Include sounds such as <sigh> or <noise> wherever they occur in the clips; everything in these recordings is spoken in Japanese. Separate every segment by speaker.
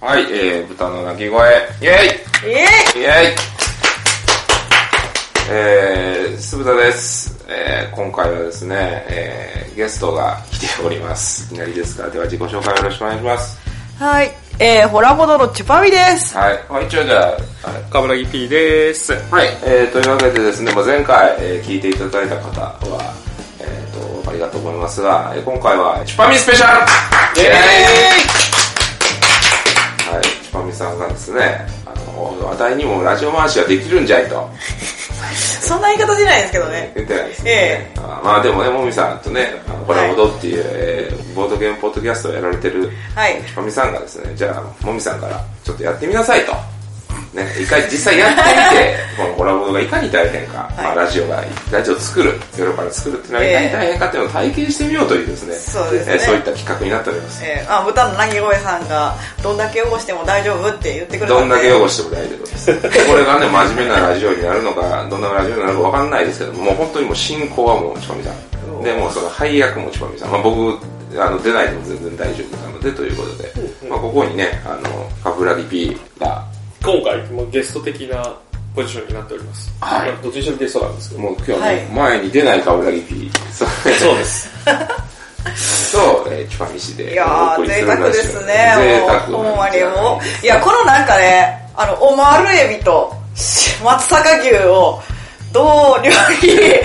Speaker 1: はい、えー、豚の鳴き声。イェ
Speaker 2: え
Speaker 1: イ
Speaker 2: え
Speaker 1: イェイえー、酢豚です。えー、今回はですね、えー、ゲストが来ております。いきなりですが、では自己紹介よろしくお願いします。
Speaker 2: はい。えー、ホラボドのチュパミです。
Speaker 1: はい、まあ、一応じゃあ、あれ
Speaker 3: カブラギ P です。
Speaker 1: はい、えー、というわけでですね、まあ、前回、えー聞いていただいた方は、えー、とありがとうございますが、えー今回はチュパミスペシャルイエーイ、はい、チュパミさんがですねあの話題にもラジオ回しができるんじゃいと
Speaker 2: そんな言い方じゃないですけどね。
Speaker 1: 言ってないですね、
Speaker 2: え
Speaker 1: あーまあでもねもみさんとねあのコラボドっていう、えーボードゲームポッドキャストをやられてる
Speaker 2: はい
Speaker 1: チュパミさんがですねじゃあもみさんからちょっとやってみなさいと。ね、一回実際やってみ
Speaker 2: <laughs>
Speaker 1: てこのコラボがいかに大変か、まあ、ラジオがラジオを作るゼロから作るっていうのがいかに大変かっていうのを体験してみようというですね,、
Speaker 2: そうですね
Speaker 1: えそういった企画になっております、
Speaker 2: えー、あ、豚のなぎ声さんが、どんだけ汚しても大丈夫って言ってくれた
Speaker 1: どんだけ
Speaker 2: 汚
Speaker 1: 汚しても大丈夫ですこれがね真面目なラジオになるのかどんなラジオになるのかわかんないですけどももう本当にもう進行はもうちばみさんでもうその配役もちばみさん、まあ、僕あの出ないでも全然大丈夫なのでということで、まあ、ここにねあの冠城 P が
Speaker 3: 今回、もうゲスト的なポジションになっております。
Speaker 1: はい
Speaker 3: まあどっちにしろゲストなんですけど。
Speaker 1: もう今日はもう前に出ない冠城 P、そう
Speaker 3: そうです。
Speaker 1: と、えー、チュパミシで
Speaker 2: いや
Speaker 1: お
Speaker 2: ー、
Speaker 1: 送りす
Speaker 2: 贅
Speaker 1: る
Speaker 2: 沢
Speaker 1: ラ
Speaker 2: で
Speaker 1: ジオ
Speaker 2: すね。
Speaker 1: 贅
Speaker 2: もう、
Speaker 1: 沢
Speaker 2: ほんま
Speaker 1: な
Speaker 2: に
Speaker 1: 時間
Speaker 2: もう。いや、このなんかね、あの、オマールエビと、し松阪牛を、どう料理。
Speaker 1: え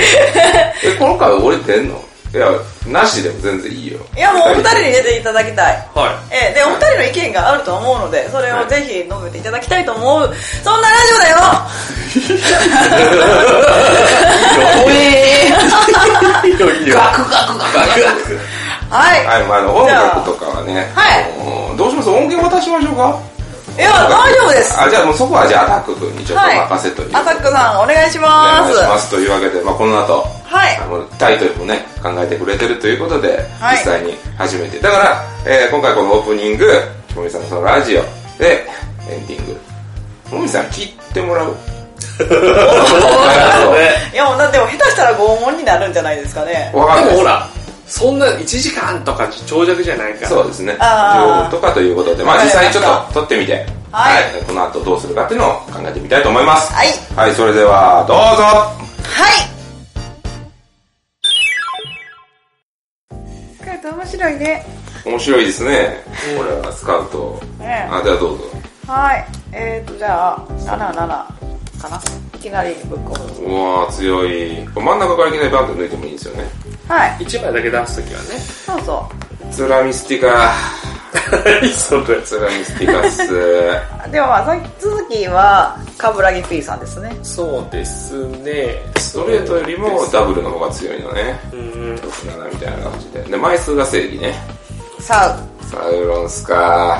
Speaker 1: 今回俺出んのいやなしでも全然いいよ
Speaker 2: いや、もうお二人に出ていただきたい。
Speaker 3: は
Speaker 2: えー、で、お二人の意見があると思うので、それをぜひ述べていただきたいと思う。そんなラジオ
Speaker 1: <laughs>
Speaker 2: だよ
Speaker 3: い。いいよ、いいよ。
Speaker 2: はい。
Speaker 1: はい、まあ、あの音
Speaker 2: じゃあ
Speaker 1: 楽とかはね、
Speaker 2: はい
Speaker 1: あのどうします音源渡しましょうか
Speaker 2: いや、大丈夫です。
Speaker 1: あじゃあもうそこはじゃあアタック君にちょっと
Speaker 2: はい。
Speaker 1: 任せという、
Speaker 2: アタックさん、お願いし
Speaker 1: お
Speaker 2: ま
Speaker 1: 願い
Speaker 2: す。
Speaker 1: しますというわけで、まあ、この後
Speaker 2: はい
Speaker 1: あのタイトルもね考えてくれてるということで、
Speaker 2: はい
Speaker 1: 実際に始めてだから、えー今回このオープニングひもみさんのそのラジオでエンディングひもみさん切ってもらう
Speaker 2: いや、もうだってもう下手したら拷問になるんじゃないですかね。
Speaker 1: わかん
Speaker 3: で
Speaker 1: ない
Speaker 3: も
Speaker 1: です
Speaker 3: ほら、そんな1時間とか長尺じゃないから。
Speaker 1: そうですね
Speaker 2: あ
Speaker 1: 情
Speaker 2: ー
Speaker 1: 報とかということでまあ
Speaker 2: わか
Speaker 1: 実
Speaker 2: りま
Speaker 1: 際ち
Speaker 2: した
Speaker 1: ょっと撮ってみて
Speaker 2: はい
Speaker 1: この後どうするかっていうのを考えてみたいと思います
Speaker 2: はい
Speaker 1: はいそれではどうぞ
Speaker 2: はい。カイト面白いね。
Speaker 1: 面白いですね。これはスカウト。
Speaker 2: ね
Speaker 1: あ、ではどうぞ。
Speaker 2: はい。えーと、じゃあ、77かな。いきなりぶっこむ。
Speaker 1: うわー、強い。これ真ん中からいきなりバンと抜いてもいいんですよね。
Speaker 2: はい。
Speaker 3: 1枚だけ出すときはね。
Speaker 2: そうそ
Speaker 1: ツラミスティカ。
Speaker 3: はい、それ。
Speaker 1: ツラミスティカっす。
Speaker 2: う。では、まあ、さっき続きは、カブラギ P さんですね。
Speaker 3: そうですね。
Speaker 1: ストレートよりもダブルの方が強いのね。
Speaker 3: うん。
Speaker 1: 67みたいな感じで。で、枚数が正義ね。
Speaker 2: さ
Speaker 1: サウロンスか。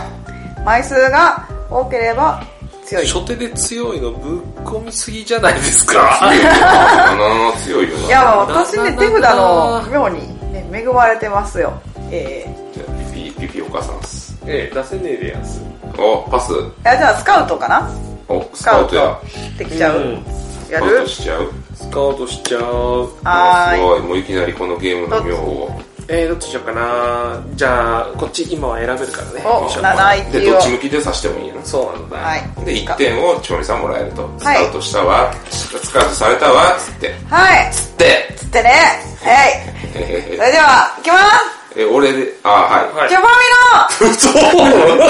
Speaker 2: あ、枚数が多ければ強い。い
Speaker 3: 初手で強いのぶっ込みすぎじゃないですか。
Speaker 2: <laughs>
Speaker 1: 77強いよな。
Speaker 2: や、まあ私ね、手札の妙に、ね、恵まれてますよ。えー
Speaker 1: じゃあピピ、ピピお母さんっす。
Speaker 3: ええ、出せねえでやんす。
Speaker 1: お、パス。
Speaker 2: えじゃあスカウトかな
Speaker 1: お、ス
Speaker 2: ス
Speaker 1: カ
Speaker 2: カ
Speaker 1: ウ
Speaker 2: ウ
Speaker 1: ト
Speaker 2: ト
Speaker 1: や。
Speaker 2: できちゃう、
Speaker 3: うん
Speaker 1: ス
Speaker 2: や
Speaker 1: カウ
Speaker 2: る
Speaker 1: トしちゃう。
Speaker 3: スカウトしちゃう。
Speaker 2: は
Speaker 1: あ
Speaker 2: ー
Speaker 1: す
Speaker 2: い
Speaker 1: ごい。もういきなりこのゲームの妙を。
Speaker 3: えー、どっちしようかなじゃあ、こっち今は選べるからね。
Speaker 2: お
Speaker 3: よいしょ
Speaker 2: 7
Speaker 1: で、
Speaker 2: 一
Speaker 1: ど
Speaker 2: を
Speaker 1: っち向きで刺してもいいやな。
Speaker 3: そうなんだ。
Speaker 2: はい
Speaker 1: で、1点をちょみさんもらえると。ス
Speaker 2: はい
Speaker 1: カウトしたわ、スカウトされたわ、つって。
Speaker 2: はい
Speaker 1: つって、
Speaker 2: つってねえい
Speaker 1: えへ
Speaker 2: そ
Speaker 1: へへ
Speaker 2: れではいきます
Speaker 1: え、俺で、あ、は
Speaker 3: はい
Speaker 2: チュパミ
Speaker 3: そ
Speaker 2: の
Speaker 3: う
Speaker 2: チュパチュパ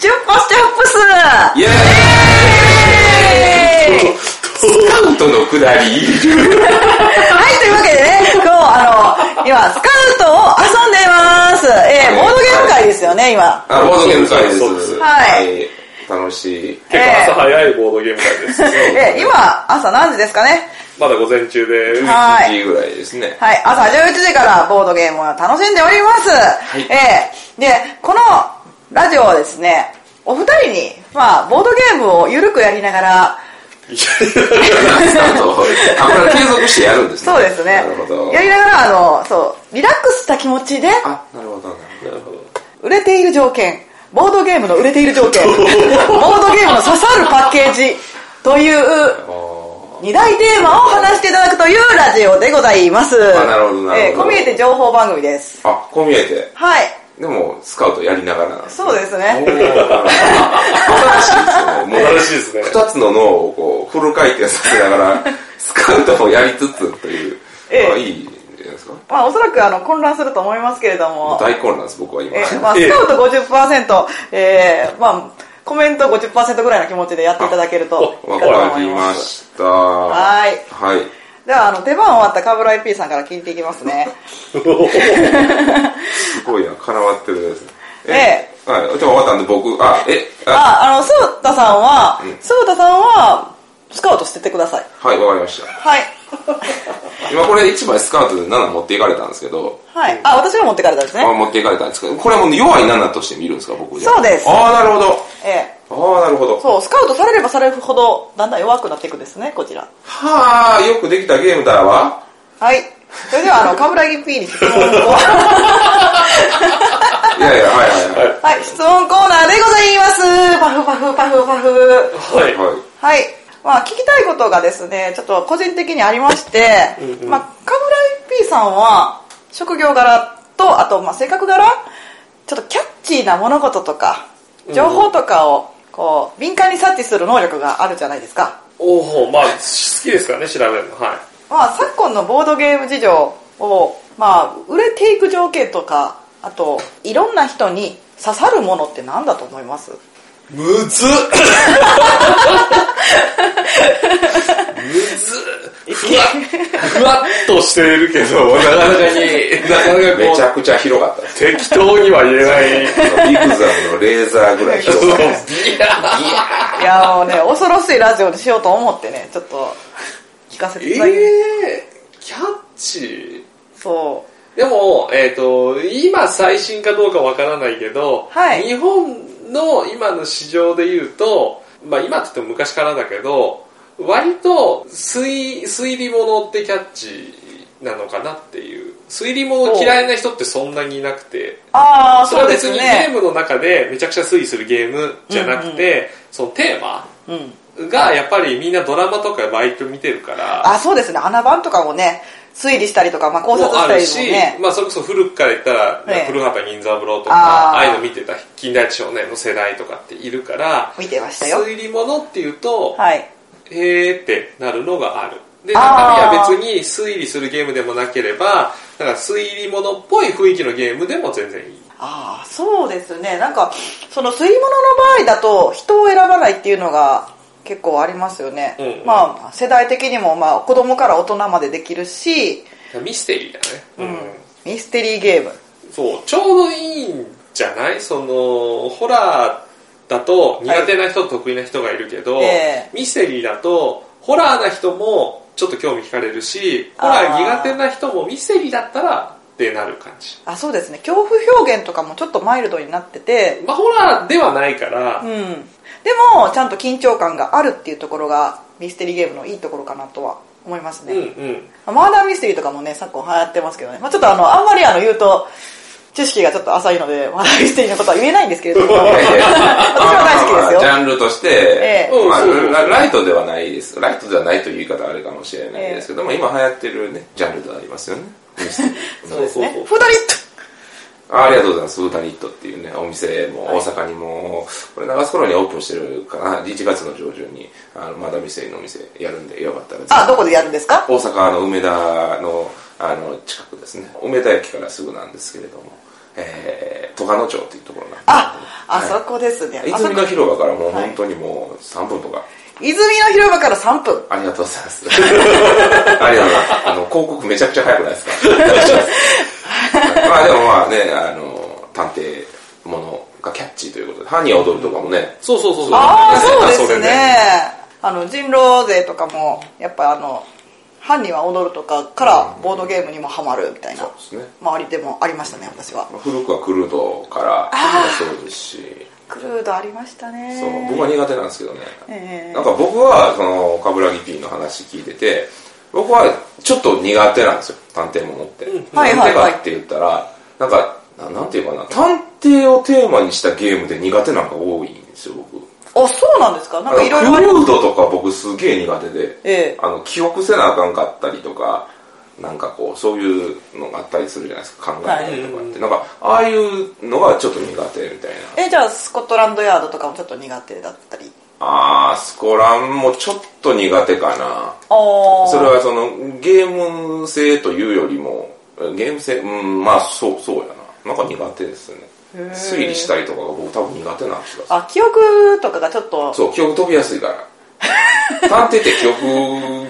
Speaker 2: チュパスチャップス
Speaker 1: い。イェ
Speaker 2: イエーイ
Speaker 1: ーイスカウトのくだり、
Speaker 2: はい、というわけでね、今日あの、今、スカウトを遊んでます。えー、ボードゲーム会ですよね、今。
Speaker 1: あ、ボードゲーム会です。
Speaker 3: そうです
Speaker 2: はい
Speaker 1: はい。楽しい。
Speaker 3: 結構朝早いボードゲーム会
Speaker 2: <laughs>
Speaker 3: です。
Speaker 2: えー、今、朝何時ですかね
Speaker 3: まだ午前中です。
Speaker 2: はい。
Speaker 1: 1時ぐらいですね。
Speaker 2: はい、朝11時からボードゲームを楽しんでおります。えーで、このラジオはですね、お二人に、まあ、ボードゲームをゆるくやりながら、
Speaker 1: スカウト。あ、これ継続してやるんですね。
Speaker 2: そうですね
Speaker 1: なるほど。、
Speaker 2: やりながら、あの、そう、リラックスした気持ちで、
Speaker 1: あ、なるほど、なるほど。
Speaker 3: なるほど。
Speaker 2: 売れている条件、ボードゲームの売れている条
Speaker 1: <laughs>
Speaker 2: 件、ボードゲームの刺さるパッケージという二大テーマを話していただくというラジオでございます。
Speaker 1: あなるほどなるほど
Speaker 2: えーこう見えて情報番組です。
Speaker 1: あ、こう見えて。
Speaker 2: はい。
Speaker 1: でも、スカウトやりながらなんです
Speaker 2: そうですね。
Speaker 1: 新しいですよね。もう
Speaker 3: しいですね
Speaker 1: 二つの脳をこう、フル回転させながら、スカウトをやりつつという、
Speaker 2: ええ
Speaker 1: まあいいんじゃないですか。
Speaker 2: まあおそらくあの混乱すると思いますけれども、
Speaker 1: 大混乱です、僕は今。
Speaker 2: えーまあ、
Speaker 3: ええ
Speaker 2: スカウト50%、えーまあ、コメント50%ぐらいの気持ちでやっていただけるといい
Speaker 1: わ
Speaker 2: かと
Speaker 1: か
Speaker 2: 思
Speaker 1: り
Speaker 2: いま。
Speaker 1: ますした。は
Speaker 2: はい。
Speaker 1: い。
Speaker 2: では、あの、出番終わったカブラ IP さんから聞いていきますね。
Speaker 1: すごいな、絡まってるですね。
Speaker 2: え
Speaker 1: え。はい。じゃあ終わったんで、僕、あ、え、あ、
Speaker 2: あ、あの、スータさんは、スータさんは、スカウト捨ててください。
Speaker 1: はい、わかりました。
Speaker 2: はい。
Speaker 1: 今これ一枚スカウトで7持っていかれたんですけど、
Speaker 2: <laughs> はい。あ、私が持ってかれたんです
Speaker 1: あ
Speaker 2: ね。
Speaker 1: 持っていかれたんですけど、これはもう弱い7として見るんですか、僕じゃ
Speaker 2: そうです
Speaker 1: ああ、なるほ
Speaker 2: ええ
Speaker 1: ど。ああ、なるほど。
Speaker 2: そう、スカウトされればされるほど、だんだん弱くなっていくんですね、こちら。
Speaker 1: はあ、よくできたゲームだわ。
Speaker 2: はい。それで <laughs> は、あの、カブラ IP に質問
Speaker 1: い
Speaker 2: を。
Speaker 1: やいや、はいはいは
Speaker 2: はい、質問コーナーでございます。パフパフパフパフ。
Speaker 3: はい
Speaker 1: い。はい。
Speaker 2: はい。まあ、聞きたいことがですね、ちょっと個人的にありまして、まあ、カムラ P さんは、職業柄と、あと、まあ、性格柄、ちょっとキャッチーな物事とか、情報とかを、こう、敏感に察知する能力があるじゃないですか。
Speaker 3: おおまあ好きですからね調べるのは
Speaker 2: まあ、昨今のボードゲーム事情を、まあ、売れていく条件とか、あと、いろんな人に刺さるものって何だと思います
Speaker 3: いむ
Speaker 2: <laughs>
Speaker 3: ずっむずっふわっふわっとしてるけどなかなかになかなかこ
Speaker 1: <laughs>
Speaker 3: う
Speaker 1: めちゃくちゃ広かったです。
Speaker 3: 適当には言え
Speaker 2: <laughs>
Speaker 3: ない
Speaker 1: ビグザムのレーザーぐらい広
Speaker 3: <laughs>
Speaker 1: かったです。
Speaker 3: ビヤー
Speaker 2: いや、もうね、恐ろしいラジオにしようと思ってね、ちょっと、聞かせていただきます。
Speaker 3: えー、キャッチー
Speaker 2: そう。
Speaker 3: でも、えっと今最新かどうかわからないけど、
Speaker 2: はい
Speaker 3: 日本の今の市場で言うと、まあ、今って言っても昔からだけど割と推推理物ってキャッチなのかなっていう推理物嫌いな人ってそんなにいなくて
Speaker 2: ああ、
Speaker 3: それ
Speaker 2: そう
Speaker 3: は
Speaker 2: で
Speaker 3: 別
Speaker 2: す
Speaker 3: にゲー
Speaker 2: ね。
Speaker 3: ムの中でめちゃくちゃ推理するゲームじゃなくて、そのテーマ
Speaker 2: うん。
Speaker 3: がやっぱりみんなドラマとかバイト見てるから
Speaker 2: あ、そうですね。穴番とかもね、推理したりとか、まあ考察したりもね。
Speaker 3: まあ、それこそ古くから言ったら、
Speaker 2: ええ
Speaker 3: 古畑任三郎と
Speaker 2: あー
Speaker 3: かああいうの見てた近代一少年の世代とかっているから
Speaker 2: 見てましたよ。
Speaker 3: 推理物っていうと、
Speaker 2: はい。
Speaker 3: へーってなるのがあるで中身
Speaker 2: あー
Speaker 3: は別に推理するゲームでもなければなんか推理物っぽい雰囲気のゲームでも全然いい
Speaker 2: ああ、そうですね。なんか、その吸い物の場合だと、人を選ばないっていうのが結構ありますよね。
Speaker 3: うんうん
Speaker 2: まあ、世代的にも、まあ、子供から大人までできるし、
Speaker 3: ミステリーだねうん、
Speaker 2: ミステリーゲーム。
Speaker 3: そうちょうどいいんじゃないそのホラーだと苦手な人、得意な人がいるけど、
Speaker 2: え
Speaker 3: ミステリーだとホラーな人もちょっと興味惹かれるしホラー
Speaker 2: あー
Speaker 3: 苦手な人もミステリーだったらってなる感じ
Speaker 2: あ、そうですね。恐怖表現とかもちょっとマイルドになってて、
Speaker 3: まあホラーではないから、
Speaker 2: うん、でもちゃんと緊張感があるっていうところがミステリーゲームのいいところかなとは思います
Speaker 3: うん、うん
Speaker 2: ね、マーダーミステリーとかもね昨今流行ってますけどね、まあ、ちょっとあのあんまりあの言うと知識がちょっと浅いのでマーダーミステリーのことは言えないんですけれども私
Speaker 1: いやいや
Speaker 2: は大好きです
Speaker 1: ジ
Speaker 2: よ
Speaker 1: ャンルとして、
Speaker 2: え
Speaker 3: え
Speaker 1: まあ
Speaker 3: うんそうそう
Speaker 1: ラライトではないです。ライトではないという言い方はあるかもしれないですけども、今流行ってるね、ジャンルではありますよね。
Speaker 2: <laughs>
Speaker 1: ミステリー
Speaker 2: そうですね
Speaker 3: そうそう
Speaker 2: フーダリッ
Speaker 1: あありがとうございます。ウータニットっていうね、お店も大阪にも、これ流す頃にはオープンしてるかな、1月の上旬に、あの、まだ店のお店やるんで、よかったらぜひ
Speaker 2: トあどこでやるんですか
Speaker 1: 大阪の梅田のあの近くですね梅田駅からすぐなんですけれどもえー、戸賀野町というところなんです
Speaker 2: ああ
Speaker 1: はい
Speaker 2: そこですね、あそこ
Speaker 1: 泉の広場からもう
Speaker 2: はい
Speaker 1: 本当にもう3分とか、
Speaker 2: 泉の広場から3分
Speaker 1: ありがとうございます
Speaker 3: <laughs>
Speaker 1: ありがとうございますあの広告めちゃくちゃ早くない
Speaker 3: <laughs>
Speaker 1: ですかまあでもまあねあの探偵ものがキャッチーということで犯人は踊るとかもね
Speaker 3: そうそうそうそう
Speaker 2: ああそうです
Speaker 3: それ
Speaker 2: ねあの人狼勢とかもやっぱあの犯人は踊るとかからボードゲームにもハマるみたいな
Speaker 1: そうですね
Speaker 2: 周りでもありましたね私は
Speaker 1: 古くはクルードからもそうですし
Speaker 2: クルードありましたね
Speaker 1: そう僕は苦手なんですけどね、
Speaker 2: ええ
Speaker 1: なんか僕は、その、カブラギピーの話聞いてて、僕はちょっと苦手なんですよ、探偵ものって。
Speaker 2: はいはいはい
Speaker 1: なんでかって言ったら、なんか、ななんていうかな、探偵をテーマにしたゲームで苦手なんか多いんですよ、僕。
Speaker 2: あそうなんですか
Speaker 1: あ
Speaker 2: なん
Speaker 1: の
Speaker 2: かいろいろあり
Speaker 1: ク
Speaker 2: ま
Speaker 1: ル
Speaker 2: す
Speaker 1: ードとか僕すげえ苦手で、
Speaker 2: ええ
Speaker 1: あの、記憶せなあかんかったりとか、なんかこうそういうのがあったりするじゃないですか考えたりとかっ
Speaker 3: は
Speaker 1: てなんかああいうのがちょっと苦手みたいな
Speaker 2: えじゃあスコットランドヤードとかもちょっと苦手だったり
Speaker 1: ああスコランもちょっと苦手かな
Speaker 2: ああ
Speaker 1: それはそのゲーム性というよりもゲーム性うんまあそうそうやななんか苦手ですね
Speaker 2: へー
Speaker 1: 推理したりとかが僕多分苦手な気がする
Speaker 2: あ記憶とかがちょっと
Speaker 1: そう記憶飛びやすいから
Speaker 2: <laughs>
Speaker 1: 探偵って記憶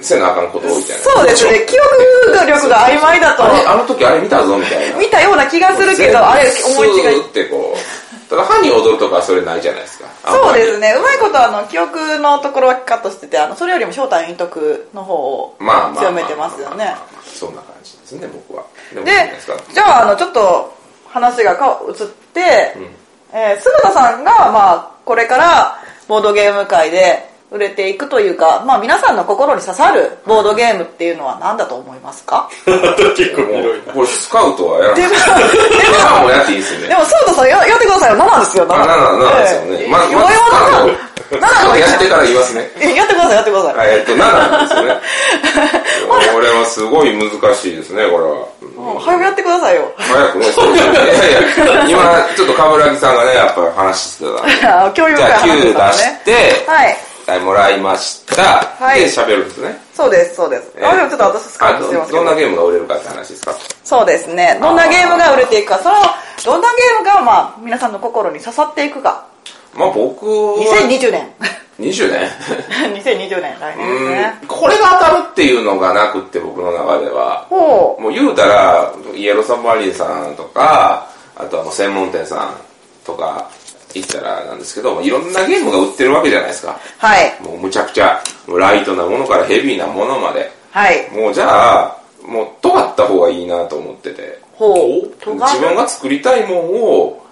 Speaker 1: せなあかんこと多いじゃない
Speaker 2: そうですね記憶力が曖昧だと
Speaker 1: あれあの時あれ見たぞみたいな
Speaker 2: 見たような気がするけどあれ思い違い
Speaker 1: スーってこうただ歯に踊るとかはそれないじゃないですか
Speaker 2: そうですすねうまいことあの記憶のところはカットしててあのそれよりも正体隠匿の方を
Speaker 1: まあまあ
Speaker 2: 強めてますよね
Speaker 1: そんな感じですね僕はでも
Speaker 2: で
Speaker 1: いいじゃないですか
Speaker 2: じゃああのちょっと話がか移って、えー菅田さんが、まあ、これからボードゲーム界で売れていくというか、まあ、皆さんの心に刺さるボードゲームっていうのは何だと思いますか
Speaker 3: <laughs> 結構
Speaker 1: も
Speaker 3: 広いう
Speaker 1: これスカウトはやら
Speaker 2: で
Speaker 1: ない
Speaker 2: も
Speaker 1: スカウトもやっていいですよ
Speaker 2: で
Speaker 1: ね
Speaker 2: もそうださんややってくださいよ7ですよ7
Speaker 1: あ7 7ですよね
Speaker 2: えー
Speaker 1: まま
Speaker 2: 弱々
Speaker 1: 7
Speaker 2: な7
Speaker 1: ちょっ
Speaker 2: の
Speaker 1: と
Speaker 2: 一
Speaker 1: やってから言いますね
Speaker 2: えやってくださいやってください、
Speaker 1: はいえっと7なんですよねこれはすごい難しいですねこれはうん
Speaker 2: もう早くやってくださいよ
Speaker 1: 早くね、そうですね。いやいや、今、ちょっと冠城さんがね、やっぱり話してたな。
Speaker 2: あの共有
Speaker 1: じ
Speaker 2: 会
Speaker 1: ゃあ、9
Speaker 2: 話で
Speaker 1: 出
Speaker 2: すから
Speaker 1: し
Speaker 2: ね
Speaker 1: て、
Speaker 2: はい
Speaker 1: はい、もらいました。
Speaker 2: はい
Speaker 1: で、喋るんですね。
Speaker 2: そうですそうです、あでもちょっと私スカウトしてます
Speaker 1: あど
Speaker 2: けど
Speaker 1: どんなゲームが売れるかって話ですか。
Speaker 2: そうですね。どんなゲームが売れていくか、その、どんなゲームが、まあ、皆さんの心に刺さっていくか。
Speaker 1: まあ、僕は、
Speaker 2: 2020年。 <laughs>
Speaker 1: 20年
Speaker 2: 2020年、来年ですね。
Speaker 1: うんこれが当たるっていうのがなくって、僕の中では。
Speaker 2: ほう。
Speaker 1: もう言うたら、イエローサブマリンさんとか、あとはもう専門店さんとか行ったらなんですけど、もういろんなゲームが売ってるわけじゃないですか。
Speaker 2: はい。
Speaker 1: もうむちゃくちゃ、ライトなものからヘビーなものまで。
Speaker 2: はい。
Speaker 1: もうじゃあ、もう尖った方がいいなと思ってて。
Speaker 2: ほう。とが
Speaker 1: 自分が作りたいもんを、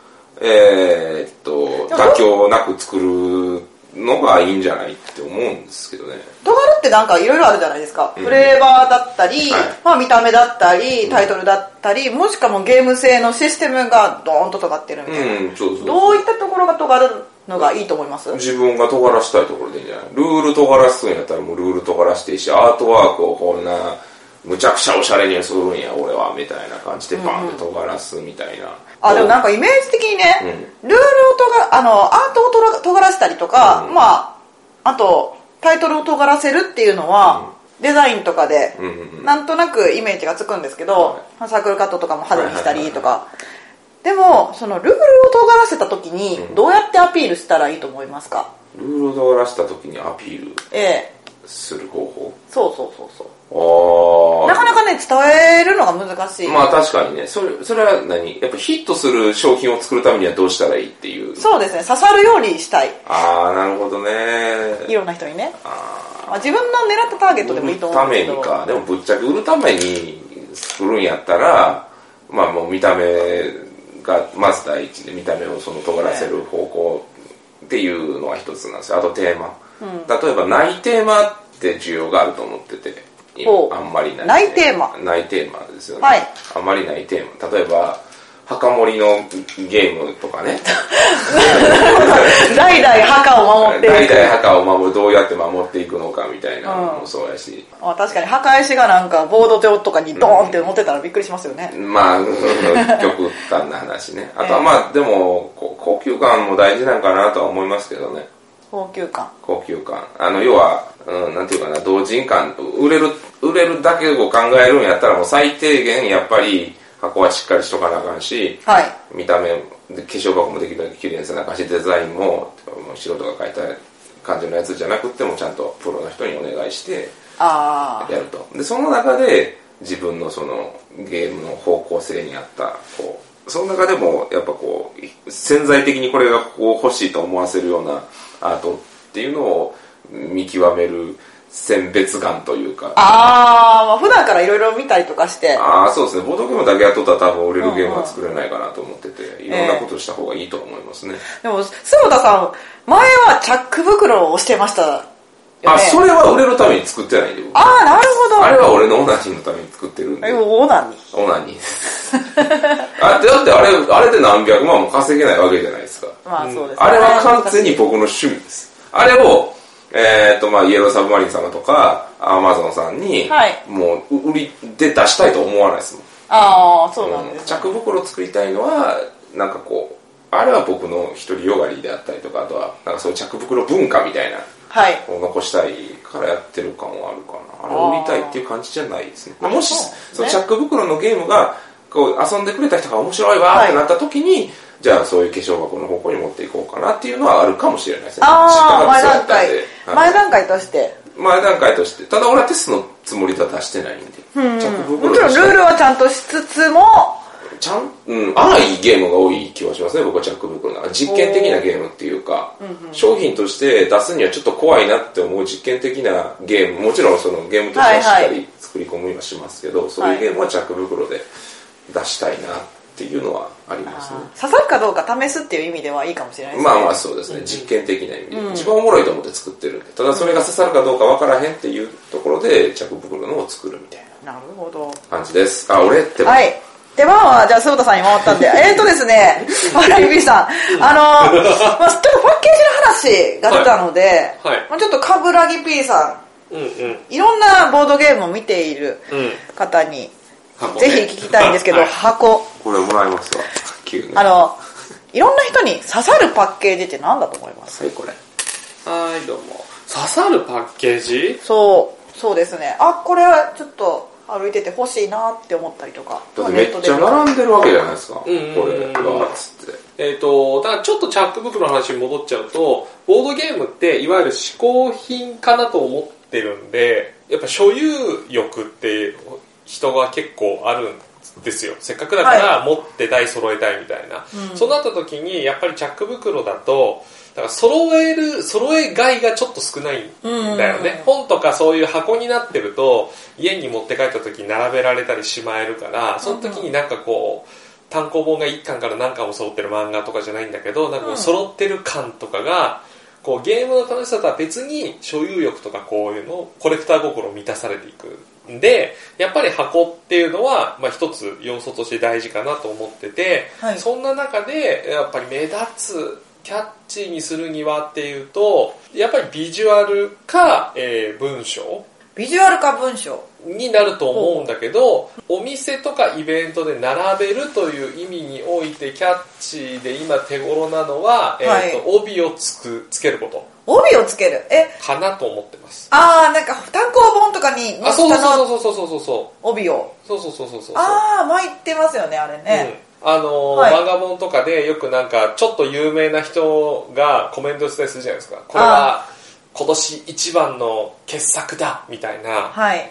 Speaker 1: えーっと、
Speaker 2: でも
Speaker 1: 妥協なく作るのがいいんじゃないって思うんですけどね。
Speaker 2: とがるってなんかいろいろあるじゃないですか。フレーバーだったり、
Speaker 1: はい
Speaker 2: まあ見た目だったり、タイトルだったり、もしくはもうゲーム性のシステムがドーンと尖ってるみたいな。
Speaker 1: うん、そうそう
Speaker 2: どういったところが尖るのがいいと思います
Speaker 1: 自分が尖らしたいところでいいんじゃないルール尖らすんやったらもうルール尖らしていいし、アートワークをこんな、むちゃくちゃおしゃれにするんや、俺は、みたいな感じでバンって尖らすみたいな。
Speaker 2: あでもなんかイメージ的にね、ルールをとがあのアートをとら尖らしたりとか、まああとタイトルを尖らせるっていうのは、デザインとかで、
Speaker 1: んうん
Speaker 2: なんとなくイメージがつくんですけど、サークルカットとかも派手にしたりとか、でもそのルールを尖らせた時にどうやってアピールしたらいいと思いますか、
Speaker 1: ルールを尖らした時にアピール
Speaker 2: ええ
Speaker 1: する方法
Speaker 2: そうそうそうそう
Speaker 1: ああ。
Speaker 2: なかなかね伝えるのが難しい、
Speaker 1: まあ確かにね、それ、それは何やっぱヒットする商品を作るためにはどうしたらいいっていう。
Speaker 2: そうですね刺さるようにしたい
Speaker 1: ああ、なるほどね。
Speaker 2: いろんな人にね
Speaker 1: あ
Speaker 2: まあ自分の狙ったターゲッ
Speaker 1: ー
Speaker 2: トでもいいと思
Speaker 1: た
Speaker 2: うんです
Speaker 1: め
Speaker 2: けど
Speaker 1: にか。でもぶっちゃけ売るために作るんやったら、まあもう見た目が、まず第一で見た目をその尖らせる方向っていうのが一つなんですよ。あとテーマ。例えば内テーマって需要があると思ってて、
Speaker 2: ほう
Speaker 1: あんまりない、
Speaker 2: 内テーマ
Speaker 1: ないテーマですよね、
Speaker 2: はい
Speaker 1: あんまりないテーマ例えば墓守のゲームとか
Speaker 2: <laughs>
Speaker 1: ね
Speaker 2: 代々墓を守ってい
Speaker 1: 代
Speaker 2: く
Speaker 1: 々墓を守るどうやって守っていくのかみたいなのもそうやし、
Speaker 2: あ確かに墓石がなんかボード上とかにドーンって持ってたらびっくりしますよね、
Speaker 1: まあ <laughs> 極端な話ねあとはまあでもこ高級感も大事なんかなとは思いますけどね
Speaker 2: 高級感
Speaker 1: 高級感あの要は、うん、なんていうかな同人感売れる売れるだけを考えるんやったらもう最低限やっぱり箱はしっかりしとかなあかんし、
Speaker 2: はい
Speaker 1: 見た目で化粧箱もできるだけ綺麗にさなかしデザインももう素人が描いた感じのやつじゃなくってもちゃんとプロの人にお願いして
Speaker 2: あ
Speaker 1: やるとでその中で自分のそのゲームの方向性に合ったこうその中でもやっぱこう潜在的にこれがこう欲しいと思わせるようなアートっていうのを見極める選別眼というか
Speaker 2: あああ、まあ、普段からいろいろ見たりとかして
Speaker 1: ああそうですねボードゲームだけやっとったら多分売れるゲームは作れないかなと思ってていろんなことした方がいいと思いますね、
Speaker 2: でも坪田さん前はチャック袋をしてましたよ、ね、
Speaker 1: あそれは売れるために作ってないんで僕
Speaker 2: あーなるほど
Speaker 1: あれは俺のオナニーのために作ってるんで
Speaker 2: でもオーナーに
Speaker 1: オナニーですあだってあれあれで何百万も稼げないわけじゃないですか
Speaker 2: まあそうです、ね
Speaker 1: あれは完全に僕の趣味ですあれをえっ、とまあイエローサブマリン様とかアマゾンさんに、
Speaker 2: はい
Speaker 1: もう売りで出したいと思わないですもん
Speaker 2: ああそうなんです、
Speaker 1: 着袋作りたいのはなんかこうあれは僕の独りよがりであったりとかあとはなんかそういう着袋文化みたいな
Speaker 2: はい
Speaker 1: を残したいからやってる感はあるかなあれを売りたいっていう感じじゃないですねまあもし
Speaker 2: そ
Speaker 1: そうの
Speaker 2: ね
Speaker 1: チャック袋のゲームがこう遊んでくれた人が面白いわーってなった時に、じゃあそういう化粧箱の方向に持っていこうかなっていうのはあるかもしれないですね
Speaker 2: ああ前
Speaker 1: 知
Speaker 2: 段
Speaker 1: った
Speaker 2: 階
Speaker 1: んではい
Speaker 2: 前段階として
Speaker 1: 前段階としてただ俺はテストのつもりでは出してないんで、着
Speaker 2: も
Speaker 1: 袋
Speaker 2: ちろ
Speaker 1: と
Speaker 2: ん
Speaker 1: し
Speaker 2: ル
Speaker 1: て
Speaker 2: ールはちゃんとしつつも
Speaker 1: ちゃん、うん、あいいゲームが多い気はしますね、僕はジャック・ブックの中で実験的なゲームっていうか、商品として出すにはちょっと怖いなって思う実験的なゲーム、もちろんそのゲームとしてはしっか
Speaker 2: はいは
Speaker 1: り作り込みはしますけど、そういうゲームはジャック・ブックロで出したいなっていうのはありますね。
Speaker 2: 刺さるかどうか試すっていう意味ではいいかもしれないですね、
Speaker 1: まあまあそうですね、実験的な意味で、一番おもろいと思って作ってるんで、ただそれが刺さるかどうかわからへんっていうところで、ジャック・ブックロのを作るみたいな
Speaker 2: なるほど
Speaker 1: 感じです。あ、俺って、
Speaker 2: はい出番はじゃあ鈴田さんに
Speaker 1: <laughs>
Speaker 2: 回ったんでえっとですね笑い B さんあのー、まあ、ちょっとパッケージの話が出たので、
Speaker 3: はいはい
Speaker 2: まあ、ちょっと冠城 P さ
Speaker 3: うんうん
Speaker 2: んいろんなボードゲームを見ている
Speaker 3: うん
Speaker 2: 方に、
Speaker 3: 箱ね
Speaker 2: ぜひ聞きたいんですけど、
Speaker 3: はい
Speaker 2: 箱
Speaker 1: これもらいますわ、急に。
Speaker 2: あ
Speaker 1: は
Speaker 2: のいろんな人に刺さるパッケージって何だと思います
Speaker 1: い、これ。
Speaker 3: はいどうも刺さるパッケージ
Speaker 2: そうそうですねあこれはちょっと歩いてて欲しいなって思ったりとか
Speaker 1: だってめっちゃ並んでるわけじゃないですか、これがつって
Speaker 3: えっ、と、だからちょっとチャック袋の話に戻っちゃうと、ボードゲームっていわゆる嗜好品かなと思ってるんで、やっぱ所有欲って人が結構あるんですよ。せっかくだから持ってたい、揃えたいみたいな。そうなった時に、やっぱりチャック袋だと、だから揃える、揃え買いがちょっと少ないんだよね。本とかそういう箱になってると、家に持って帰った時に並べられたりしまえるから、その時になんかこう、単行本が1巻から何巻も揃ってる漫画とかじゃないんだけどなんかこう揃ってる感とかが、こうゲームの楽しさとは別に所有欲とかこういうのコレクター心を満たされていくんでやっぱり箱っていうのは、まあ、一つ要素として大事かなと思ってて、
Speaker 2: はい
Speaker 3: そんな中でやっぱり目立つキャッチーにするにはっていうとやっぱりビジュアルか、えー文章
Speaker 2: ビジュアル化文章
Speaker 3: になると思うんだけどお店とかイベントで並べるという意味においてキャッチーで今手頃なのは、
Speaker 2: はい
Speaker 3: えー、と帯をつくつけること
Speaker 2: 帯をつけるえ
Speaker 3: かなと思ってます
Speaker 2: ああなんか単行本とかに載
Speaker 3: あ
Speaker 2: っ
Speaker 3: そう
Speaker 2: たの
Speaker 3: そうそうそうそうそ
Speaker 2: 帯を
Speaker 3: うそうそうそうそうそうそう
Speaker 2: ああ巻いてますよねあれね、
Speaker 3: うん、あのー
Speaker 2: はい
Speaker 3: 漫画本とかでよくなんかちょっと有名な人がコメントしたりするじゃないですかこれは今年一番の傑作だみたいな
Speaker 2: はい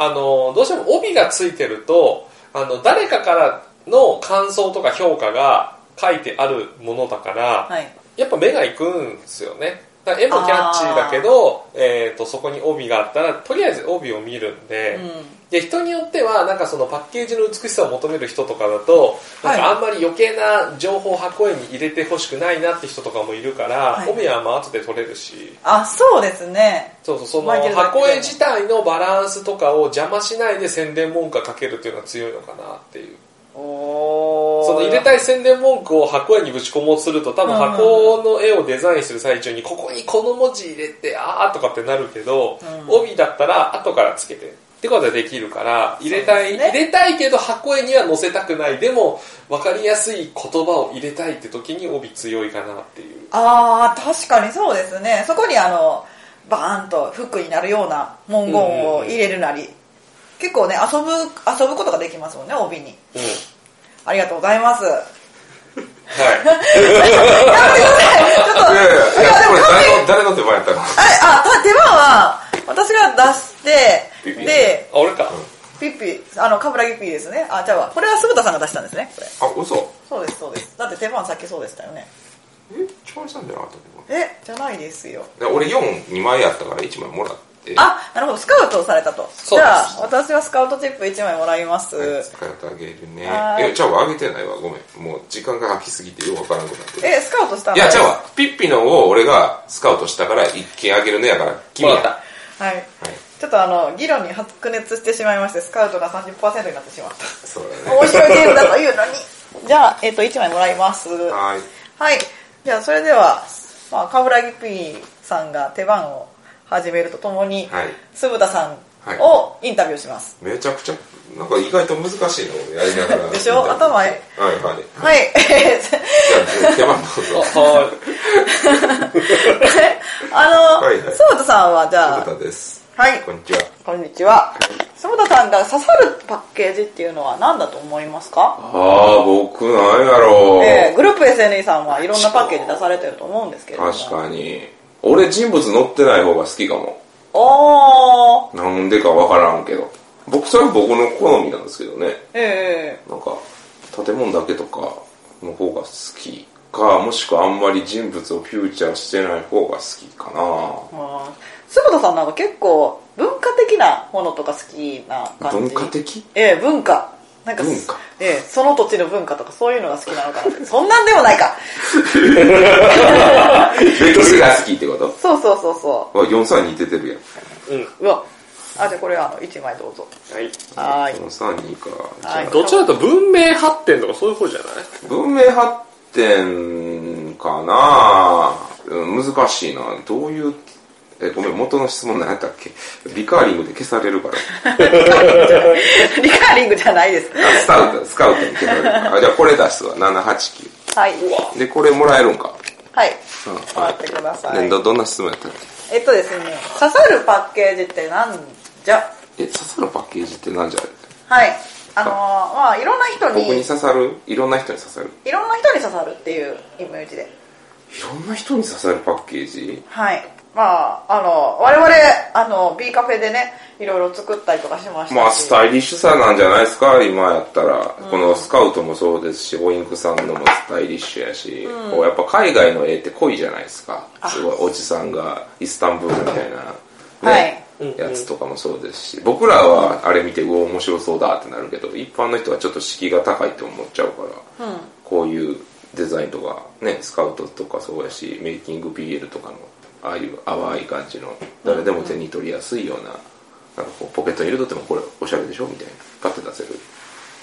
Speaker 3: あのどうしても帯がついてるとあの誰かからの感想とか評価が書いてあるものだから、
Speaker 2: はい
Speaker 3: やっぱ目が行くんですよねだから絵もキャッチーだけど、えー、とそこに帯があったらとりあえず帯を見るんで,、
Speaker 2: うん
Speaker 3: で人によってはなんかそのパッケージの美しさを求める人とかだとなんか
Speaker 2: はい
Speaker 3: あんまり余計な情報を箱絵に入れてほしくないなって人とかもいるから、
Speaker 2: はい
Speaker 3: 帯はまあ後で取れるし。
Speaker 2: あそうですね
Speaker 3: そうそうその
Speaker 2: マイケルだけでも
Speaker 3: 箱絵自体のバランスとかを邪魔しないで宣伝文句が書けるっていうのは強いのかなっていう
Speaker 2: おお
Speaker 3: その入れたい宣伝文句を箱絵にぶち込もうとすると多分
Speaker 2: うんうん
Speaker 3: 箱の絵をデザインする最中にここにこの文字入れてあーとかってなるけど、
Speaker 2: うん
Speaker 3: 帯だったら後からつけてってことはできるから入れたい、
Speaker 2: そうですね
Speaker 3: 入れたいけど箱絵には載せたくないでも分かりやすい言葉を入れたいって時に帯強いかなっていう
Speaker 2: ああ確かにそうですねそこにあのバーンとフックになるような文言を入れるなり、結構ね遊ぶ遊ぶことができますもんね帯に
Speaker 3: うん
Speaker 2: ありがとうございます
Speaker 3: はい
Speaker 1: いやいやいやこれ誰の誰の手前やったの
Speaker 2: ああた手間は私が出
Speaker 1: ピ
Speaker 2: し
Speaker 1: ピ
Speaker 2: てで
Speaker 3: あ俺か、
Speaker 2: ピッピあの冠城ピーですねあじゃあこれは鈴田さんが出したんですねこれ
Speaker 1: あ嘘
Speaker 2: そうですそうですだって手番さっきそうでしたよね
Speaker 1: え調理したんじゃなかったっ
Speaker 2: えじゃないですよ
Speaker 1: けど俺42枚やったから1枚もらって
Speaker 2: あなるほどスカウトをされたとじ
Speaker 3: そうです
Speaker 2: ゃあ私はスカウトチップ1枚もらいます、
Speaker 1: はい使ってあげるね
Speaker 2: はーい
Speaker 1: えちゃうわあげてないわごめんもう時間が空きすぎてよくわからなくなってる
Speaker 2: えスカウトしたん
Speaker 1: い
Speaker 2: だ
Speaker 1: やちゃうわピッピのを俺がスカウトしたから一件あげるねやから君や
Speaker 3: もらっ
Speaker 2: は
Speaker 1: は
Speaker 2: い
Speaker 1: い
Speaker 2: ちょっとあの議論に白熱してしまいましてスカウトが30%になってしまっ
Speaker 1: そう
Speaker 2: た
Speaker 1: だね
Speaker 2: 面白いゲームだというのに <laughs> じゃあ、えっと1枚もらいますは
Speaker 1: はい
Speaker 2: いじゃあそれでは、まあ、冠城 P さんが手番を始めるとともに、
Speaker 1: はい
Speaker 2: 鈴田さ
Speaker 1: はい
Speaker 2: んをインタビューします。
Speaker 1: めちゃくちゃなんか意外と難しいのをやりながら
Speaker 2: でしょ頭
Speaker 1: はい
Speaker 2: へ
Speaker 1: はいはい
Speaker 2: はい。 <laughs>
Speaker 1: じゃあ手番どうぞ
Speaker 3: は
Speaker 1: は
Speaker 2: あの、
Speaker 1: いはい
Speaker 2: 鈴田さんはじゃ
Speaker 1: 柴
Speaker 2: あ、
Speaker 1: 田です
Speaker 2: はい
Speaker 1: こ。んにちは
Speaker 2: こんにちは。鈴田さんが刺さるパッケージっていうのは何だと思いますか
Speaker 1: ああ僕なんやろう、
Speaker 2: えーグループ SNE さんはいろんなパッケージ出されてると思うんですけれども。
Speaker 1: 確かに俺人物乗ってない方が好きかも
Speaker 2: おー。
Speaker 1: なんでかわからんけど僕それは僕の好みなんですけどね
Speaker 2: え
Speaker 1: なんか建物だけとかの方が好きかもしくはあんまり人物をフューチャーしてない方が好きか
Speaker 2: えー。鈴田さんなんか結構文化的なものとか好きな
Speaker 1: な
Speaker 2: 感
Speaker 1: 文
Speaker 2: じ。
Speaker 1: 化的 <laughs>
Speaker 2: ええ文化なんか
Speaker 1: 文化
Speaker 2: ええその土地の文化とかそういうのが好きなのかなってそんなんでもないか
Speaker 1: 歴史が好きってこと
Speaker 2: そうそうそうそ
Speaker 1: あ432出てるやん
Speaker 3: い。う
Speaker 2: <laughs>
Speaker 3: ん。
Speaker 2: ううわあじゃあこれあの1枚どうぞ
Speaker 3: はい。
Speaker 2: はーい
Speaker 1: 432かじ
Speaker 2: は
Speaker 1: ゃ
Speaker 2: い
Speaker 3: どっちらかというと文明発展とかそういう方じゃない
Speaker 1: あ文明発展かなうん難しいなどういうえごめん元の質問何やったっけリカーリングで消されるから
Speaker 2: リカーリングじゃないです
Speaker 1: あスカウトスカウトに消されるからあじゃあこれ出すわ789
Speaker 2: はいう
Speaker 3: わ。
Speaker 1: でこれもらえるんか
Speaker 2: はい
Speaker 1: うんは
Speaker 2: 待
Speaker 1: い
Speaker 2: ってくださ
Speaker 1: ね
Speaker 2: い
Speaker 1: どどんな質問やったっけ
Speaker 2: えっとですね刺さるパッケージってなんじゃ
Speaker 1: え刺さるパッケージってなんじゃ
Speaker 2: はいあのーまあいろんな人
Speaker 1: 僕に
Speaker 2: に
Speaker 1: 刺さるいろんな人に刺さる
Speaker 2: いろんな人に刺さるっていうイメージで
Speaker 1: いろんな人に刺さるパッケージ
Speaker 2: はいまああの我々あの B カフェでねいろいろ作ったりとかしましたし
Speaker 1: まあスタイリッシュさなんじゃないですか今やったら、このスカウトもそうですしオインクさんのもスタイリッシュやし、こうやっぱ海外の絵って濃いじゃないですかすごいおじさんがイスタンブールみたいな、ねやつとかもそうですし僕らはあれ見てうお面白そうだってなるけど一般の人はちょっと敷居が高いって思っちゃうから、こういうデザインとかねスカウトとかそうやしメイキング BL とかのああいう淡い感じの誰でも手に取りやすいような,、なんかこうポケットに入れとってもこれおしゃれでしょみたいなパッて出せる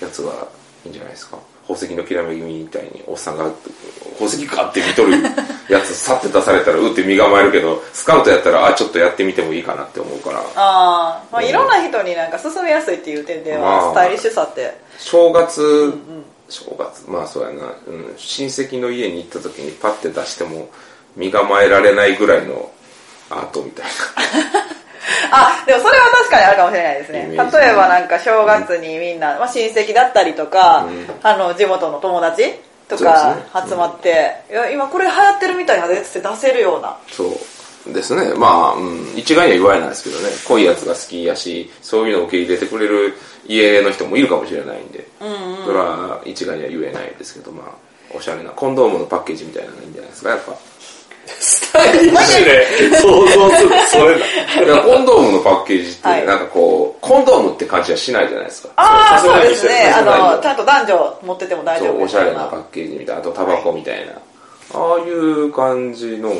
Speaker 1: やつがいいんじゃないですか宝石のきらめきみたいにおっさんが宝石かって見とるやつさって出されたらうって身構えるけどスカウトやったらあちょっとやってみてもいいかなって思うから
Speaker 2: ああ、まあ、いろんな人になんか進めやすいっていう点で
Speaker 1: まあ
Speaker 2: は、スタイリッシュさって。
Speaker 1: 正月、正月まあそうやな、うん、親戚の家に行った時にパッて出しても身構えられないぐらいのアートみたい
Speaker 2: あ、でもそれは確かにあるかもしれないですね。
Speaker 1: イメ
Speaker 2: 例え
Speaker 1: ージね
Speaker 2: ばなんか正月にみんな、まあ、親戚だったりとか、あの、地元の友達とか
Speaker 1: そうですね
Speaker 2: 集まって、いや今これ流行ってるみたいなやつって出せるよ
Speaker 1: <laughs>
Speaker 2: うな。
Speaker 1: なそうですねまあ、うん、一概には言われないですけどね濃いやつが好きやしそういうのを受け入れてくれる家の人もいるかもしれないんで、それは一概には言えないですけどまあおしゃれなコンドームのパッケージみたいなのがいいんじゃないですかやっぱ
Speaker 3: スタイリッシュで想像するとそれだ。
Speaker 1: いやコンドームのパッケージって、
Speaker 2: はい
Speaker 1: なんかこうコンドームって感じはしないじゃないですか
Speaker 2: ああ、
Speaker 3: そう
Speaker 2: そうで
Speaker 3: です
Speaker 2: す
Speaker 3: ね
Speaker 2: ね。あ
Speaker 1: そうそう
Speaker 2: の、ちゃんと男女持ってても大
Speaker 1: そ
Speaker 2: 丈夫
Speaker 1: うお
Speaker 2: み
Speaker 1: しゃ
Speaker 2: た
Speaker 1: れ
Speaker 2: い
Speaker 1: なパッ
Speaker 2: な。
Speaker 1: ケージみたいなあとタバコみたいな、ああいう感じのが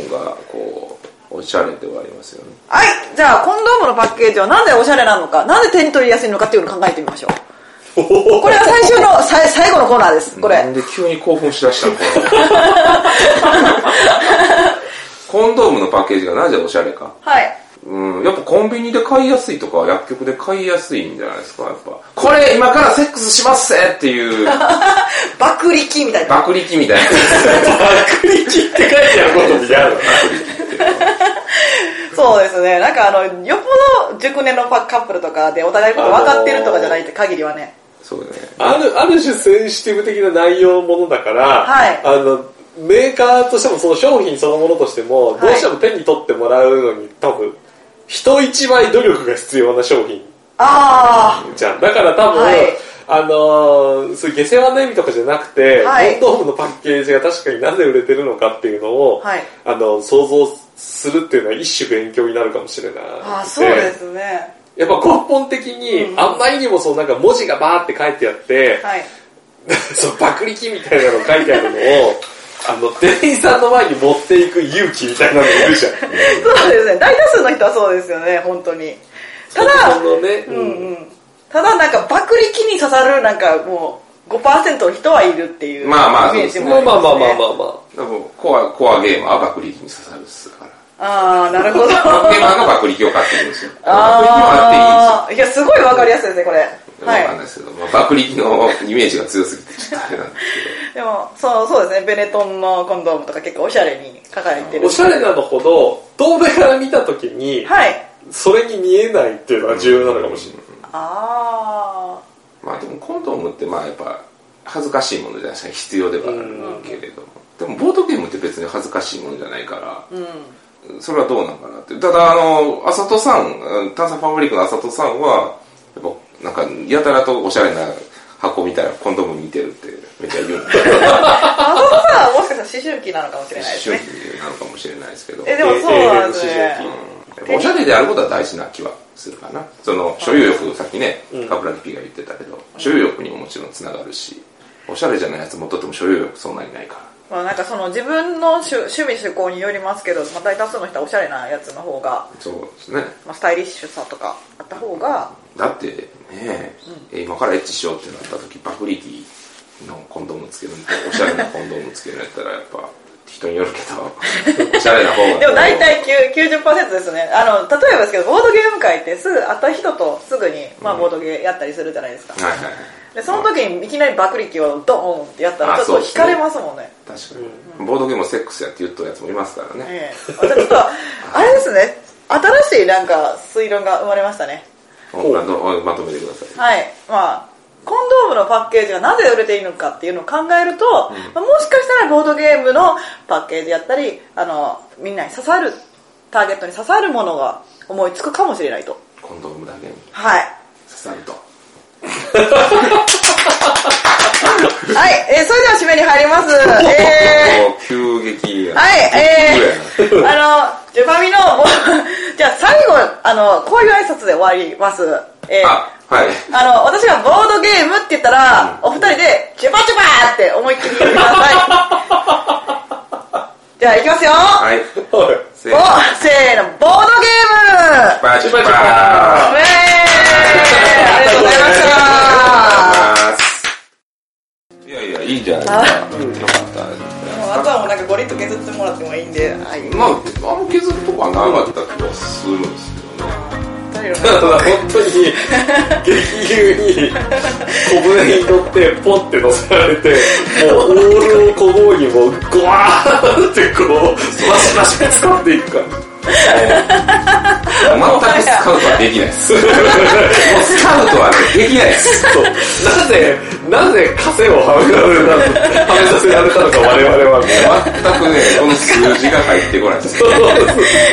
Speaker 1: こうおしゃれではありますよね
Speaker 2: はい、じゃあ、コンドームのパッケージはなんでおしゃれなのか、なんで手に取りやすいのかっていうのを考えてみま
Speaker 1: <laughs>
Speaker 2: しょう。これは最終の、さい最後のコーナーです、これ。
Speaker 1: なんで急に興奮しだした
Speaker 2: <laughs>
Speaker 1: のこれコンドームのパッケージがなぜおしゃれか
Speaker 2: はい。
Speaker 1: うんやっぱコンビニで買いやすいとか薬局で買いやすいんじゃないですかやっぱこれ今からセックスしますぜって
Speaker 2: <laughs>
Speaker 1: いう
Speaker 2: 爆力みたいな。
Speaker 1: 爆力みたいな
Speaker 3: 爆撃って書いてあることにやる。
Speaker 2: そうですね。なんかあの、よっぽど熟年のパカップルとかでお互いのこと分かってるとかじゃないって限りはね。
Speaker 1: そうね
Speaker 3: ある、ある種センシティブ的な内容のものだから、
Speaker 2: はい
Speaker 3: あの、メーカーとしてもその商品そのものとしても、どうしても手に取ってもらうのに多分、人一倍努力が必要な商品
Speaker 2: あ
Speaker 3: じゃん。だから多分、
Speaker 2: はい
Speaker 3: あのーそういう下世話の意味とかじゃなくて、
Speaker 2: はい
Speaker 3: コンドームのパッケージが確かになぜ売れてるのかっていうのを、
Speaker 2: はい
Speaker 3: あの、想像するっていうのは一種勉強になるかもしれない。
Speaker 2: あ。ああ、そうですね。
Speaker 3: やっぱ根本的に、あんまりにもそのなんか文字がバーって書いてあって、
Speaker 2: はい。
Speaker 3: その爆力みたいなの書いてあるのを、あの、店員さんの前に持っていく勇気みたいなのいるじゃん。
Speaker 2: そうですね。大多数の人はそうですよね、本当に。た
Speaker 3: そ
Speaker 2: だ、
Speaker 3: のね、
Speaker 2: うんうん。ただなんか爆力に刺さるなんかもう5%の人はいるっていうイメ
Speaker 1: まあまあ
Speaker 2: ージも
Speaker 1: そうで
Speaker 2: あります
Speaker 3: まあまあまあ
Speaker 2: ね
Speaker 3: まあまあまあ。
Speaker 1: 多分コアコアゲームは爆力に刺さるっすから
Speaker 2: ああなるほど
Speaker 1: ロッケマンがバクリキを買ってるんですよ。
Speaker 2: あ
Speaker 1: バ
Speaker 2: あいやすごいわかりやすいですねこれ
Speaker 1: クリキもあ
Speaker 2: は
Speaker 1: っていいんですよ。わかんない
Speaker 2: い
Speaker 1: ですけど、まあ、バクリキのイメージが強すぎてちょっとあれなんです
Speaker 2: でもそうそうですねベネトンのコンドームとか結構おしゃれに輝いてる
Speaker 3: おしゃれなのほど遠目から見た時に
Speaker 2: はい
Speaker 3: それに見えないっていうのが重要なのかもしれない、
Speaker 2: あ
Speaker 1: けど。まあでもコンドームってまあやっぱ恥ずかしいものじゃないですか。必要ではあるけれども。でもボードゲームって別に恥ずかしいものじゃないから
Speaker 2: あ、うん
Speaker 1: それはどうなのかなって。ただあの、あさとさん、うん炭酸ファブリックのあさとさんは、やっぱなんかやたらとおしゃれな箱みたいなコンドーム見てるってめっちゃ言うんですよ。
Speaker 2: あそこさもしかしたら思春期なのかもしれないです
Speaker 1: 思
Speaker 2: ね
Speaker 1: 春期なのかもしれないですけど。
Speaker 2: えでもそうなんです
Speaker 3: 永遠の思
Speaker 2: ね
Speaker 1: おしゃれであることは大事な気はするかなその所有欲さっきね冠城 P が言ってたけど所有欲にももちろんつながるしおしゃれじゃないやつ持っとっても所有欲そんなにないから
Speaker 2: まあなんかその自分の趣趣味趣向によりますけど、まあ、大多数の人はおしゃれなやつの方が、
Speaker 1: そうですね
Speaker 2: まあ、スタイリッシュさとかあった方が
Speaker 1: だってねえ今からエッチしようってなった時バクリティのコンドームつけるんでおしゃれなコンドームつけるんやったらやっぱ人によるけ <laughs> どおしゃれな方が
Speaker 2: でも大体きゅう90%ですねあの例えばですけどボードゲーム界ってすぐ会った人とすぐに、まあ、ボードゲーやったりするじゃないですか、
Speaker 1: はいはいはい
Speaker 2: でその時にいきなり爆力をドーンってやったら
Speaker 1: あ
Speaker 2: ちょっ
Speaker 1: そう
Speaker 2: と
Speaker 1: です
Speaker 2: 惹
Speaker 1: ね
Speaker 2: かれますもんね
Speaker 1: 確かにボードゲームをセックスやって言っとるやつもいますからね
Speaker 2: ええあじゃあちょっとあれですね新しいなんか推論が生まれましたね
Speaker 1: ほらどまとめてください
Speaker 2: はいまあコンドームのパッケージがなぜ売れているのかっていうのを考えると、まあもしかしたらボードゲームのパッケージやったりあのみんなに刺さるターゲットに刺さるものが思いつくかもしれないと
Speaker 1: コンドームだけに刺
Speaker 2: はい
Speaker 1: さると
Speaker 2: はい、えーそれでは締めに入ります。え
Speaker 1: もう急激や
Speaker 2: ー、
Speaker 1: な
Speaker 2: はい、えー、あの、ジュパミの、もうじゃあ最後、あの、こういう挨拶で終わります。えー、あ
Speaker 1: あはい
Speaker 2: の、私がボードゲームって言ったら、お二人で、ジュパジュパーって思いっきり言って <laughs> ください。じゃあ、いきますよ。
Speaker 1: はい
Speaker 3: はい
Speaker 1: せー
Speaker 2: お、せーの、ボードゲーム
Speaker 1: バチバチバ
Speaker 2: ウェーイありがとうございました。
Speaker 1: いやいやいいんじゃないですかよかっ
Speaker 2: もうあとはもうなんかゴリッと削ってもらってもいいんで、はい。
Speaker 1: たまああの削るとこはなかった気がするんですけどね
Speaker 3: ただ本当に激流に小舟に乗ってポンって乗せられてもうオールを小棒にもうゴワーってこうスマスマして掴んでいくから
Speaker 1: もう全くスカウトはできないですもうスカウトはねできないです
Speaker 3: そうなぜなぜ枷をはめられたのはめさせられたのか我々はもう
Speaker 1: 全くねこの数字が入ってこないです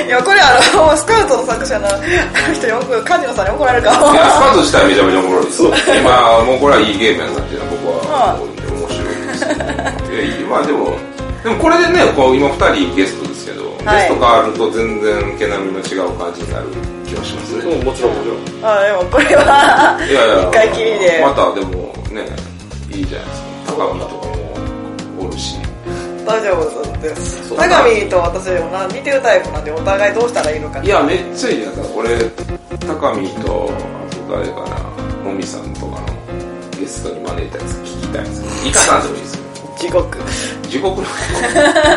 Speaker 2: いや、これあの、スカウトの作者のあの人に怒る、梶野さんに怒られるか <laughs> も
Speaker 1: い。やスカウト自体めちゃめちゃおもろい
Speaker 2: <laughs>
Speaker 1: ですまあもうこれはいいゲームやなっていうのは僕は思うんで面白いですけどいやいいまあでもでもこれでねこう今2人ゲストですけど、
Speaker 2: はい
Speaker 1: ゲスト変わると全然毛並みの違う感じになる気がしますね、
Speaker 3: もちろんもちろん
Speaker 2: あ、でもこれは、
Speaker 1: いやいや
Speaker 2: <laughs> 一回きりで。
Speaker 1: またでもねいいじゃないですか高見とかもおるし
Speaker 2: 大丈夫です。
Speaker 1: そう
Speaker 2: 高見と私でもな似てるタイプなんで、お互いどうしたらいいのか。
Speaker 1: いやめっちゃいいやつだ俺高見とあと誰かなもみさんとかのゲストに招いたやつ聞きたいですイカさんでもいいですよ
Speaker 2: 地獄。
Speaker 1: 地獄の
Speaker 2: <laughs>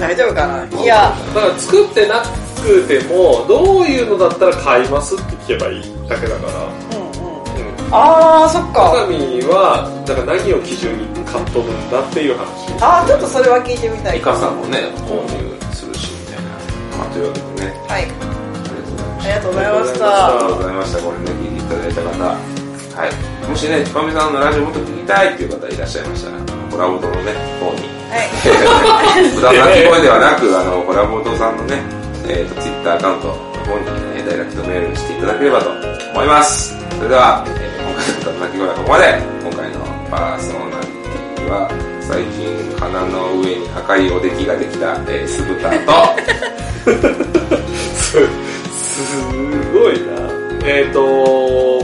Speaker 2: 大丈夫かな。いや、
Speaker 3: だから作ってなくてもどういうのだったら買いますって聞けばいいだけだから
Speaker 2: うんうん。
Speaker 3: うん
Speaker 2: あー、そっ
Speaker 3: 高
Speaker 2: か。
Speaker 3: 見はだから何を基準に買っとるんだっていう話
Speaker 2: あー、ちょっとそれは聞いてみたい。
Speaker 1: イカさんもね購入するしみたいな、まあ、というわけでね
Speaker 2: はい。
Speaker 1: ありがとうございま
Speaker 2: あ
Speaker 1: し
Speaker 2: りがとうございまし
Speaker 1: たありが
Speaker 2: た
Speaker 1: と。うございましたこれね聞いていただいた方はいもしねちぱみさんのラジオもっと聞きたいっていう方いらっしゃいましたらコラボとのね方に <laughs>
Speaker 2: はい。
Speaker 1: 無駄なき声ではなくあのコラボとさんのね、えー、とツイッターアカウントの方に、ね、ダイレクトメールしていただければと思いますそれでは、えー今回の無駄なき声はここまで今回のパーソナリティは最近鼻の上に赤いおできができた、えー、酢豚と
Speaker 3: すすごいなえっ、と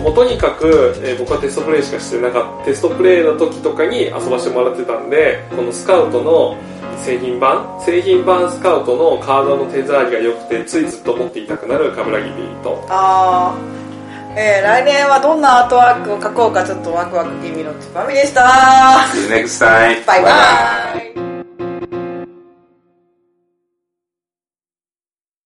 Speaker 3: もうとにかく、えー僕はテストプレイしかしてなかったテストプレイの時とかに遊ばしてもらってたんでこのスカウトの製品版製品版スカウトのカードの手触りが良くてついずっと持っていたくなる冠城 B と
Speaker 2: あー。えー、来年はどんなアートワークを描こうかちょっとワクワク気味のちばみでした。
Speaker 1: See you next time.
Speaker 2: バイバイ。